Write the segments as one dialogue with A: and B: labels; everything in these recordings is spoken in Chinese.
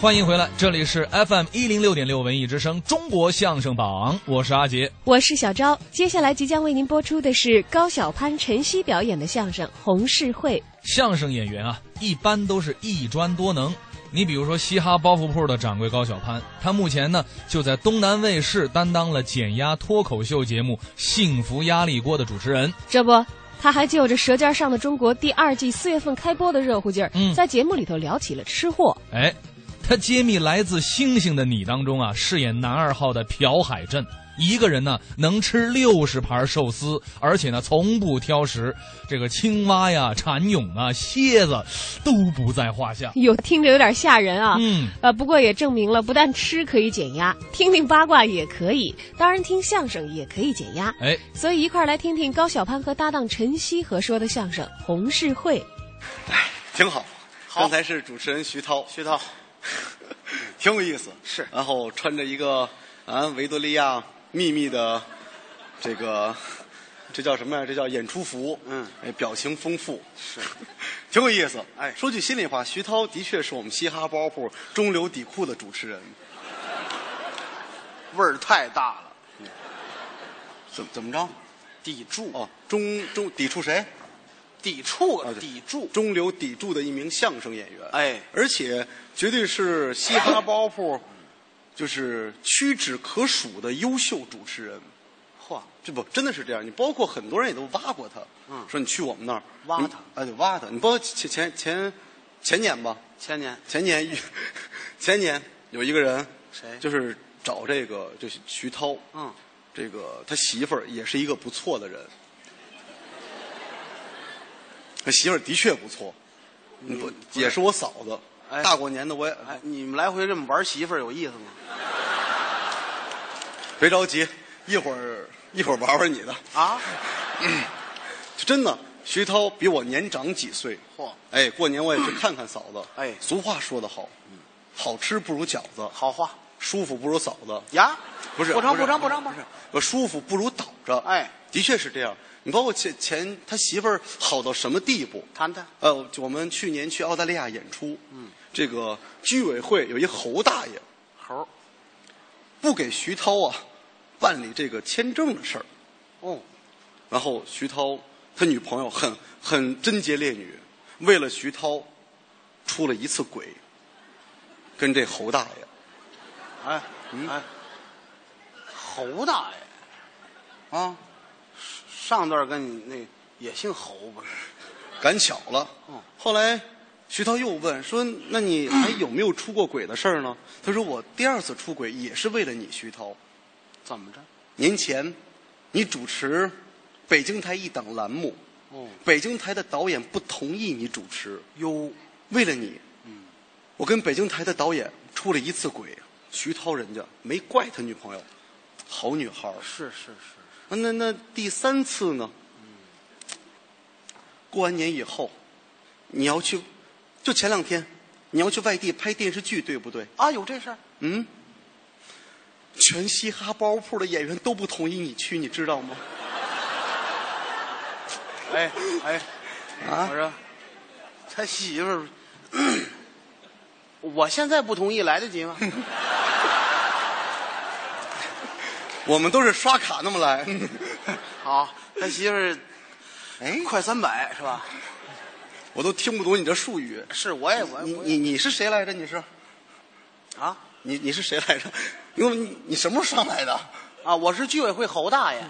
A: 欢迎回来，这里是 FM 一零六点六文艺之声《中国相声榜》，我是阿杰。
B: 我是小昭。接下来即将为您播出的是高晓攀、陈曦表演的相声《红事会》。
A: 相声演员啊，一般都是一专多能。你比如说嘻哈包袱铺的掌柜高晓攀，他目前呢就在东南卫视担当了减压脱口秀节目《幸福压力锅》的主持人。
B: 这不，他还就着《舌尖上的中国》第二季四月份开播的热乎劲儿，
A: 嗯
B: 在节目里头聊起了吃货。
A: 哎，他揭秘来自星星的你当中啊，饰演男二号的朴海镇，一个人呢能吃六十盘寿司，而且呢从不挑食，这个青蛙呀、蚕蛹啊、蝎子都不在话下。
B: 哟，听着有点吓人啊。
A: 嗯，
B: 呃，不过也证明了，不但吃可以减压，听听八卦也可以，当然听相声也可以减压。
A: 哎，
B: 所以一块儿来听听高晓攀和搭档陈曦和说的相声《红事会》。
C: 挺好。
D: 好
C: 刚才是主持人徐涛，
D: 徐涛，
C: 挺有意思。
D: 是
C: 然后穿着一个啊维多利亚秘密的这个，这叫什么呀？这叫演出服。
D: 嗯
C: 哎，表情丰富，是， 挺有意思。
D: 哎
C: 说句心里话，徐涛的确是我们嘻哈包袱中流砥柱的主持人。
D: 味儿太大了，
C: 嗯怎怎么着？
D: 抵触
C: 哦，中中抵触谁？
D: 抵触
C: 啊对
D: 抵触，
C: 中流砥柱的一名相声演员。
D: 哎嗯
C: 而且绝对是嘻哈包袱，就是屈指可数的优秀主持人。
D: 嚯，
C: 这不真的是这样，你包括很多人也都挖过他，
D: 嗯
C: 说你去我们那儿
D: 挖
C: 你
D: 他
C: 哎，对，挖他。你包括前前前前年吧，
D: 前年
C: 前年 遇前年有一个人，
D: 谁
C: 就是找这个就是徐涛，
D: 嗯，
C: 这个他媳妇儿也是一个不错的人，他媳妇儿的确不错，你不也是我嫂子，
D: 嗯哎
C: 大过年的我也
D: 哎，你们来回这么玩媳妇儿有意思吗？
C: 别着急，一会儿一会儿玩玩你的。
D: 啊，
C: 真的，徐涛比我年长几岁。
D: 嚯
C: 哎，过年我也去看看嫂子。
D: 哎嗯
C: 俗话说得好，好吃不如饺子，
D: 好话
C: 舒服不如嫂子。
D: 呀，
C: 不是，
D: 不成
C: 不是
D: 不成不成不是，
C: 呃，舒服不如倒着。
D: 哎，
C: 的确是这样。你包括前前他媳妇儿好到什么地步？
D: 谈谈
C: 呃，我们去年去澳大利亚演出，嗯，这个居委会有一侯大爷
D: 猴儿，
C: 不给徐涛啊办理这个签证的事儿，
D: 哦，
C: 然后徐涛他女朋友很很贞洁烈女，为了徐涛出了一次轨，跟这侯大爷。
D: 哎哎，侯大爷啊，上段跟你那也姓侯不是？
C: 赶巧了
D: 嗯。
C: 后来徐涛又问说：“那你还有没有出过轨的事儿呢？”他说：“我第二次出轨也是为了你，徐涛。
D: 怎么着？
C: 年前，你主持北京台一档栏目，
D: 哦
C: 北京台的导演不同意你主持，
D: 哟，嗯
C: 为了你，我跟北京台的导演出了一次轨。徐涛人家没怪他女朋友，好女孩儿。
D: 是是是，
C: 啊那那第三次呢？过完年以后，你要去，就前两天，你要去外地拍电视剧，对不对？
D: 啊，有这事儿，
C: 嗯，全嘻哈包铺的演员都不同意你去，你知道吗？
D: 哎哎，
C: 啊
D: 我说他媳妇儿， 我现在不同意来得 及吗？
C: 我们都是刷卡那么来。
D: 好，他媳妇儿
C: 哎，
D: 快三百是吧？
C: 我都听不懂你这术语。
D: 是，我也我
C: 你
D: 也我
C: 你你是谁来着？你是
D: 啊
C: 你你是谁来着？因为你你什么时候上来的？
D: 啊！我是居委会侯大爷，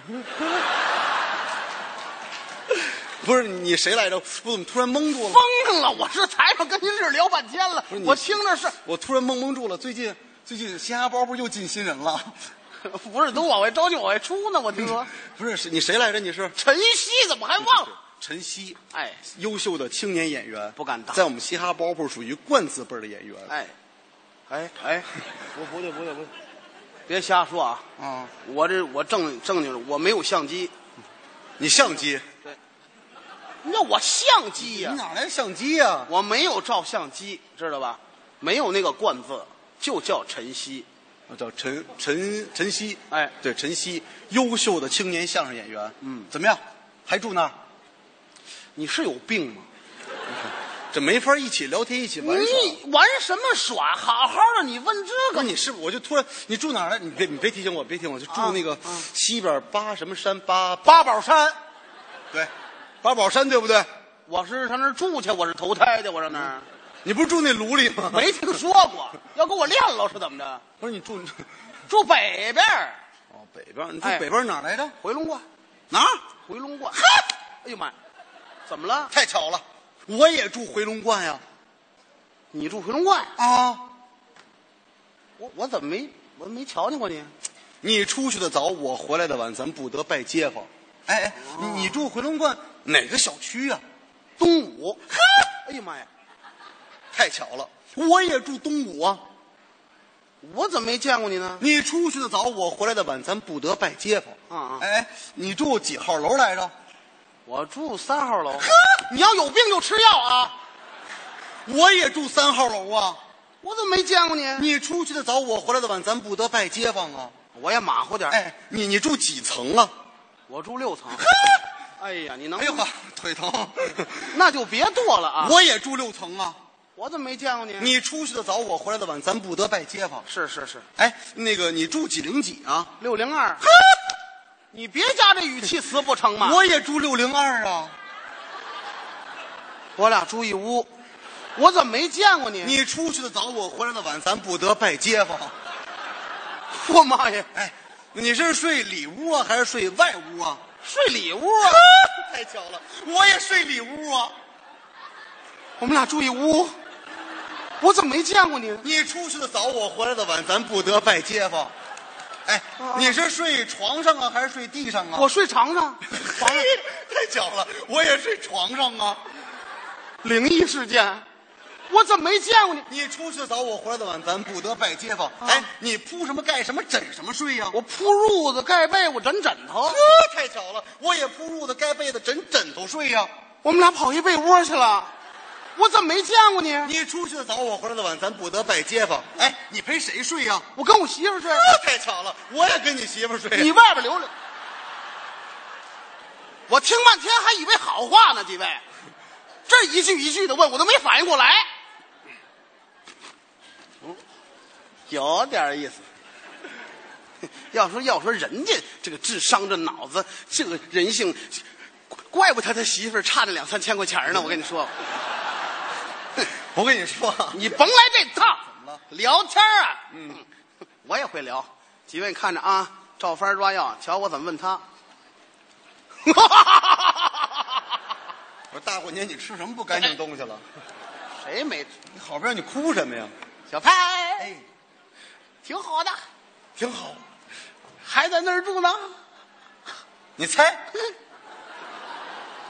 C: 不是你谁来着？我怎么突然蒙住了？
D: 疯了！我是台上跟您这儿聊半天了
C: 不是，你
D: 我听着 是，
C: 我突然蒙蒙住了。最近最近嘻哈包袱又进新人了，
D: 不是都往外招进往外出呢？我听说
C: 不是是你谁来着？你是
D: 晨曦怎么还忘了？
C: 陈曦，
D: 哎
C: 优秀的青年演员，
D: 不敢当
C: 在我们嘻哈包袱属于冠字辈儿的演员。
D: 哎哎哎，不不对不对不对，别瞎说啊！
C: 啊，
D: 我这我正正经着，我没有相机，
C: 你相机？
D: 那我相机哎呀、
C: 你哪来相机呀、
D: 嗯我没有照相机，知道吧？没有那个冠字，就叫晨曦。
C: 我叫陈陈陈曦。
D: 哎
C: 对，陈曦，优秀的青年相声演员。
D: 嗯
C: 怎么样？还住那儿？
D: 你是有病吗？
C: 这没法一起聊天，一起玩耍。
D: 你玩什么耍？好好的，你问这
C: 不
D: 个
C: 是 你是不是？我就突然，你住哪儿了？你别你别提醒我，别提醒我，就
D: 哦
C: 住那个西边八什么山八八，
D: 八宝山，
C: 对，八宝山对不对？
D: 我是上那儿住去，我是投胎的，我上那儿
C: 你不是住那炉里吗？
D: 没听说过，要给我练了是怎么着？
C: 不是你住你住
D: 住北边儿，
C: 哦北边，你住
D: 哎
C: 北边哪儿来着？
D: 回龙观，
C: 哪儿？
D: 回龙观。哎呦妈呀，怎么了？
C: 太巧了，我也住回龙观呀。
D: 你住回龙观？
C: 啊，
D: 我我怎么没我没瞧见过你？啊
C: 你出去的早，我回来的晚，咱不得拜街坊。哎哎，你
D: 哦
C: 你住回龙观哪个小区呀、
D: 东武，哎呀妈呀，
C: 太巧了，我也住东武啊。
D: 我怎么没见过你呢？
C: 你出去的早，我回来的晚，咱不得拜街坊。
D: 啊啊
C: 哎，你住几号楼来着？
D: 我住三号楼。你要有病就吃药啊！
C: 我也住三号楼啊。
D: 我怎么没见过你？啊
C: 你出去的早，我回来的晚，咱不得拜街坊啊。
D: 我也马虎点儿。
C: 哎，你你住几层啊？
D: 我住六层。哎呀，你能
C: 哎呦呵，腿疼。
D: 那就别剁了啊！
C: 我也住六层啊。
D: 我怎么没见过你？啊
C: 你出去的早，我回来的晚，咱不得拜街坊。
D: 是是是
C: 哎，那个你住几零几啊？
D: 六零二，你别加这语气词不成吗？
C: 我也住六零二啊。
D: 我俩住一屋，我怎么没见过你？
C: 你出去的早，我回来的晚，咱不得拜街坊。
D: 我妈呀，
C: 哎，你是睡里屋啊，还是睡外屋啊？
D: 睡里屋啊！
C: 太巧了，我也睡里屋啊。
D: 我们俩住一屋，我怎么没见过你？
C: 你出去的早，我回来的晚，咱不得拜街坊。哎，你是睡床上啊，还是睡地上啊？
D: 哦 我睡床上，
C: 床上，太巧了，我也睡床上啊。
D: 灵异事件，我怎么没见过你？
C: 你出去的早，我回来的晚，咱不得拜街坊。哎，你铺什么盖什么，枕什么睡呀、
D: 哦我铺褥子盖被，我枕枕头。
C: 呵，太巧了，我也铺褥子盖被子，枕枕头睡呀、
D: 我们俩跑一被窝去了，我怎么没见过你？
C: 你出去的早，我回来的晚，咱不得拜街坊。哎，你陪谁睡呀、
D: 我跟我媳妇儿睡，
C: 呵， 太巧了，我也跟你媳妇儿睡。啊
D: 你外边留留。我听半天还以为好话呢，几位，这一句一句的问，我都没反应过来。有点意思。要说要说人家这个智商、这脑子、这个人性，怪不得他媳妇儿差那两三千块钱呢。我跟你说，
C: 我跟你说啊，
D: 你甭来这套。
C: 怎么了
D: 聊天啊，嗯， 我也会聊。几位看着啊，照方抓药，瞧我怎么问他。
C: 我说大过年你吃什么不干净东西了？
D: 谁没
C: 你好不让你哭什么呀？
D: 小潘？
C: 哎，
D: 挺好的，
C: 挺好。
D: 还在那儿住呢。
C: 你猜，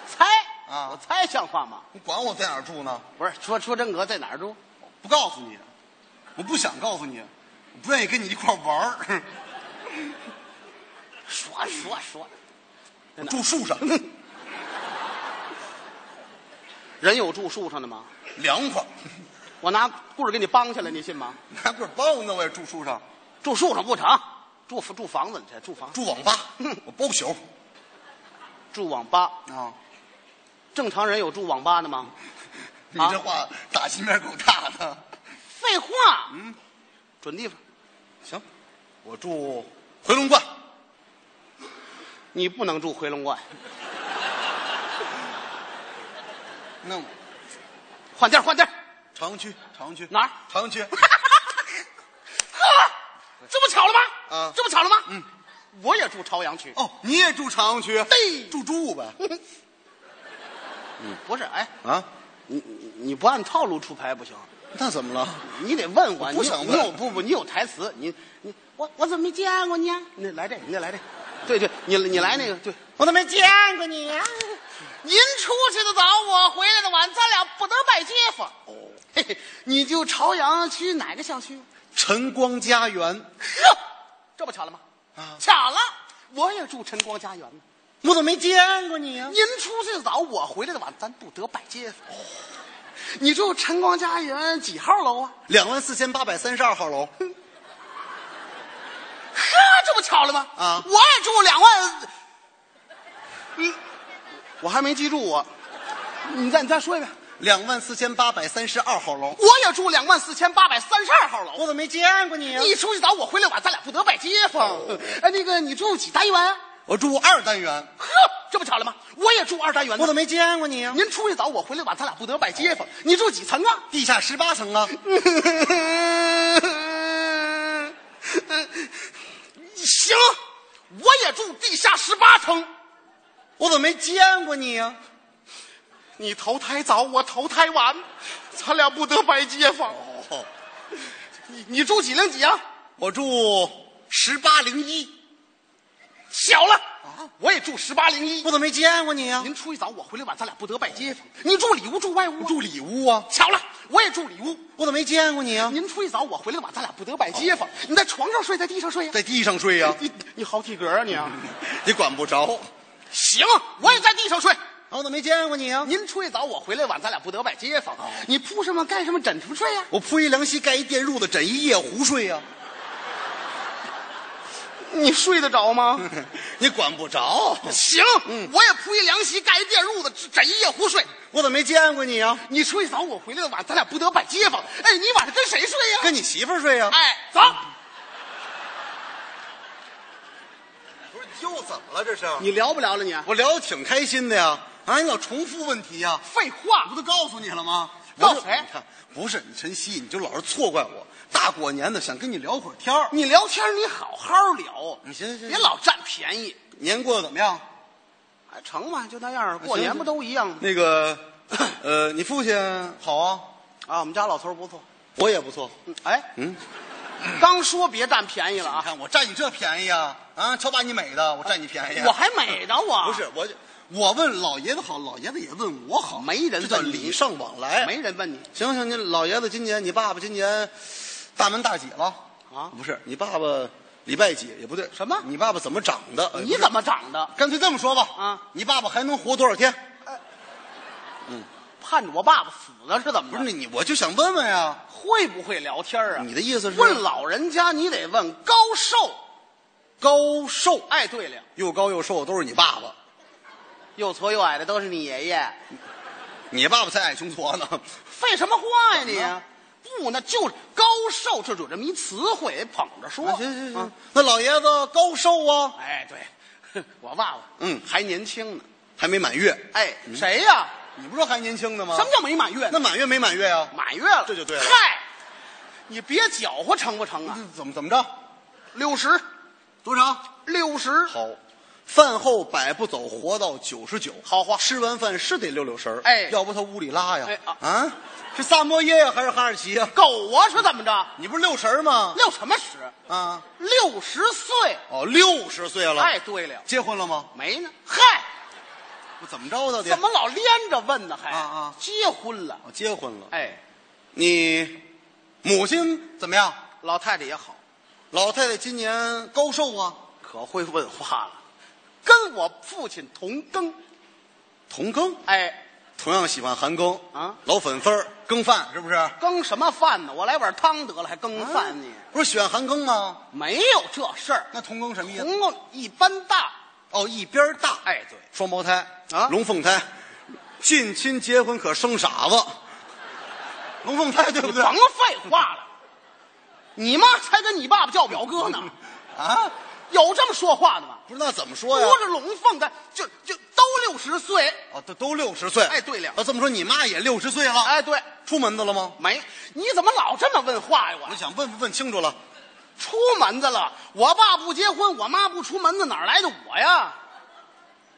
D: 猜
C: 啊
D: 我猜像话吗？
C: 你管我在哪儿住呢？
D: 不是，说说真格在哪儿住？
C: 不告诉你，我不想告诉你，我不愿意跟你一块儿玩儿。
D: 说说说，
C: 我住树上，
D: 人有住树上的吗？
C: 凉快，
D: 我拿棍儿给你帮下来，你信吗？
C: 拿棍儿帮我呢，我也住树上，
D: 住树上不成，住住房子里去，住房
C: 住网吧，我包宿
D: 住网吧。
C: 啊。
D: 正常人有住网吧的吗？
C: 你这话打心眼儿够大的。
D: 废话，嗯，准地方。
C: 行，我住回龙观，
D: 你不能住回龙观，
C: 那
D: 换地儿换地儿，
C: 朝阳区，朝阳区
D: 哪儿
C: 朝阳 区，
D: 这不巧了吗？
C: 啊
D: 这不巧了吗？嗯，我也住朝阳区。
C: 哦，你也住朝阳区？
D: 对
C: 住住呗。
D: 不是，哎，
C: 啊，
D: 你你你不按套路出牌不行，
C: 那怎么了？
D: 你得问我。
C: 我不
D: 你有
C: 想
D: 你
C: 问
D: 有不不，你有台词，你你我我怎么没见过你啊？你来这，你再来这，对对，你你来那个，对我怎么没见过你啊？您出去的早，我回来的晚，咱俩不得拜街坊。哦，嘿嘿，你就朝阳区哪个小区？
C: 晨光家园，
D: 呵，这不巧了吗？
C: 啊
D: 巧了，我也住晨光家园呢。
C: 我怎么没见过你呀、啊
D: 您出去的早，我回来的晚，咱不得拜街坊。哦你住晨光家园几号楼啊？
C: 两万四千八百三十二号楼，
D: 呵，这不巧了吗？
C: 啊
D: 我也住两万。嗯，我还没记住我，你再你再说一遍。
C: 两万四千八百三十二号楼。
D: 我也住两万四千八百三十二号楼。
C: 我怎么没见过你啊？哦
D: 你出去早，我回来晚，咱俩不得拜街坊。哎，那个你住几单元？啊
C: 我住二单元，
D: 呵，这不巧了吗？我也住二单元
C: 我
D: 呢。
C: 怎么没见过你啊？
D: 您出去早，我回来晚，咱俩不得拜街坊。你住几层 啊？
C: 地下十八层啊！
D: 行，我也住地下十八层。
C: 我怎么没见过你啊？
D: 你投胎早，我投胎晚，咱俩不得拜街坊。
C: 哦，
D: 你你住几零几啊？
C: 我住十八零一，
D: 小了啊，我也住十八零一
C: 我。怎么没见过你啊？
D: 您出去早，我回来晚，咱俩不得拜街坊。你住里屋住外屋啊？
C: 住里屋啊？
D: 巧了，我也住里屋。
C: 我怎么没见过你啊？
D: 您出去早，我回来晚，咱俩不得拜街坊。你在床上睡，在地上睡呀、啊
C: 在地上睡呀、
D: 你你好体格啊你啊！
C: 你管不着。
D: 行，我也在地上睡。
C: 我怎么没见过你啊？
D: 您出去早，我回来晚，咱俩不得拜街坊。你铺上么盖上么枕头睡呀、啊
C: 我铺一凉席，盖一电褥子，枕一夜啊壶睡呀、
D: 你睡得着吗？
C: 你管不着。
D: 行，我也铺一凉席，盖一电褥子，枕一夜壶睡。
C: 我怎么没见过你啊？
D: 你出去早，我回来晚，咱俩不得拜街坊。哎，你晚上跟谁睡呀、
C: 跟你媳妇儿睡呀、啊
D: 哎，走，
C: 不是又怎么了？这是
D: 你聊不聊了你？啊
C: 我聊的挺开心的呀。啊，你老重复问题呀？
D: 废话，
C: 不都告诉你了吗？
D: 告诉谁
C: 你看， 不是你晨曦，你就老是错怪我。大过年的，想跟你聊会儿天儿。
D: 你聊天你好好聊，
C: 你行行行
D: 别老占便宜。
C: 年过得怎么样？
D: 哎，成吧，就那样儿，过年不都一样吗？
C: 那个， 呃，你父亲好啊，
D: 啊，我们家老头儿不错。
C: 我也不错。
D: 嗯哎，
C: 嗯，
D: 刚说别占便宜了
C: 你
D: 啊，
C: 看我占你这便宜啊！啊，瞧把你美的，我占你便宜。啊
D: 我还美着我。
C: 不是我就，我问老爷子好，老爷子也问我好，
D: 没人
C: 这叫
D: 问你
C: 礼尚往来。
D: 没人问你，
C: 行行，你老爷子今年，你爸爸今年大门大姐了
D: 啊
C: 不是，你爸爸礼拜几也不对，
D: 什么
C: 你爸爸怎么长的？呃
D: 你怎？么长的
C: 不？是干脆这么说吧，
D: 啊
C: 你爸爸还能活多少天？
D: 盼着我爸爸死了是怎么
C: 不
D: 着？
C: 是你，你我就想问问呀，
D: 会不会聊天啊？
C: 你的意思是
D: 问老人家，你得问高寿。
C: 高瘦
D: 哎，对了，
C: 又高又瘦都是你爸爸，
D: 又矬又矮的都是你爷爷，
C: 你爸爸才矮穷 矬呢。
D: 废什么话呀你？不，那就是高寿，这有这么一词汇，捧着说。
C: 啊行行行
D: 啊，
C: 那老爷子高寿啊，
D: 哎，对， 我爸爸
C: 嗯
D: 还年轻呢。
C: 还没满月。
D: 哎，谁呀？
C: 你不说还年轻呢吗？
D: 什么叫没满月呢？
C: 嗯那满月没满月啊呀、
D: 满月了，
C: 这就对了
D: 嗨，你别搅和成不成啊？
C: 嗯怎么怎么着？
D: 六十，
C: 多少？
D: 六十，
C: 好，饭后百步走，活到九十九。
D: 好话
C: 吃完饭是得溜溜神儿，
D: 哎
C: 要不他屋里拉呀。
D: 哎啊
C: 是萨摩耶呀，还是哈士奇呀？
D: 狗啊是怎么着？
C: 你不是溜神儿吗？
D: 六什么十？
C: 啊，
D: 六十岁。
C: 哦，六十岁了。
D: 哎，，对了，
C: 结婚了吗？
D: 没呢。嗨，
C: 不怎么着到底？
D: 怎么老连着问呢？还
C: 啊啊
D: 结婚了。
C: 哦？结婚了。
D: 哎，
C: 你母亲怎么样？
D: 老太太也好，
C: 老太太今年高寿啊？
D: 可会问话了，跟我父亲同庚。
C: 同庚，
D: 哎，
C: 同样喜欢韩庚
D: 啊
C: 老粉丝儿羹饭是不是？
D: 羹什么饭呢？我来碗汤得了，还羹饭呢？
C: 不是喜欢韩庚吗？
D: 没有这事儿。
C: 那同庚什么意思？
D: 红红一般大。
C: 哦，一边儿大，
D: 嗯哎，对，
C: 双胞胎
D: 啊
C: 龙凤胎，近亲结婚可生傻子，龙凤胎对不
D: 你
C: 对？
D: 甭废话了，你妈才跟你爸爸叫表哥 呢，
C: 啊，
D: 有这么说话的吗？
C: 不是那怎么说呀？
D: 不是龙凤的，就就都六十岁。
C: 哦，都都六十岁。
D: 哎对了
C: 啊，这么说你妈也六十岁了？，
D: 哎，对，
C: 出门子了吗？
D: 没，你怎么老这么问话呀？
C: 我
D: 我
C: 想问问清楚了，
D: 出门子了，我爸不结婚，我妈不出门子，哪来的我呀？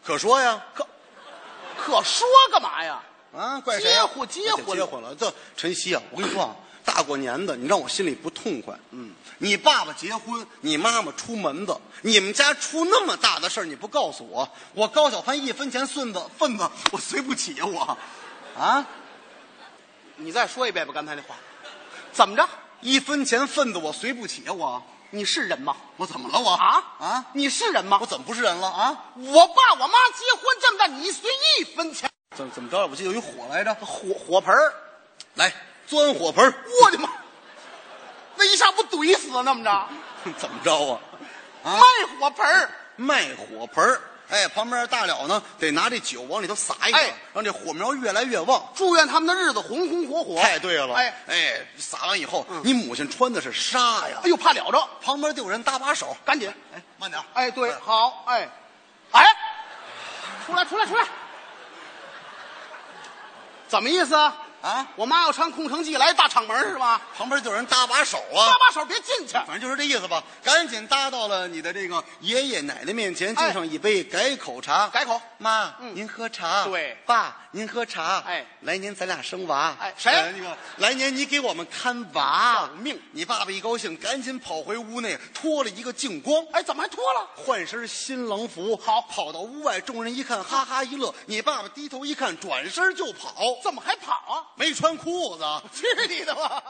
C: 可说呀。
D: 可可说干嘛呀？
C: 啊，怪谁呀、
D: 结婚结婚
C: 结婚了。这晨曦啊，我跟你说啊，大过年的，你让我心里不痛快。嗯，你爸爸结婚，你妈妈出门子，你们家出那么大的事儿，你不告诉我，我高小攀一分钱顺子份子，我随不起呀我。啊，
D: 你再说一遍吧，刚才那话，怎么着？
C: 一分钱份子我随不起呀我，
D: 你是人吗？
C: 我怎么了我？
D: 啊
C: 啊，
D: 你是人吗
C: 我？怎么不是人了啊？
D: 我爸我妈结婚这么大，你随一分钱，
C: 怎怎么着？我记得有一火来着，
D: 火火盆儿，
C: 来钻火盆儿，
D: 我 的妈！那一下不怼死那么着？
C: 怎么着啊？
D: 卖火盆儿，
C: 卖火盆儿，哎，旁边大了呢，得拿这酒往里头撒一点，
D: 哎
C: 让这火苗越来越旺。
D: 祝愿他们的日子红红火火。
C: 太对了，
D: 哎
C: 哎，撒完以后，你母亲穿的是纱呀，
D: 哎呦，怕了着，
C: 旁边就有人搭把手，
D: 赶紧，
C: 哎，慢点，
D: 哎，对，好，哎，哎，出来，出来，出来，怎么意思啊？
C: 啊
D: 我妈要穿空城计来大敞门是吧？
C: 旁边就有人搭把手
D: 搭
C: 啊，
D: 把手别进去，
C: 反正就是这意思吧。赶紧搭到了你的这个爷爷奶奶面前，敬
D: 哎
C: 上一杯改口茶。
D: 改口
C: 妈，
D: 嗯
C: 您喝茶。
D: 对
C: 爸，您喝茶。
D: 哎
C: 来年咱俩生娃。
D: 哎谁
C: 呃那个来年你给我们看娃。命！你爸爸一高兴，赶紧跑回屋内，脱了一个净光。
D: 哎，怎么还脱了？
C: 换身新郎服，好，跑到屋外，众人一看，哈哈一乐。你爸爸低头一看，转身就跑，
D: 怎么还跑啊？
C: 没穿裤子。
D: 去你的吧！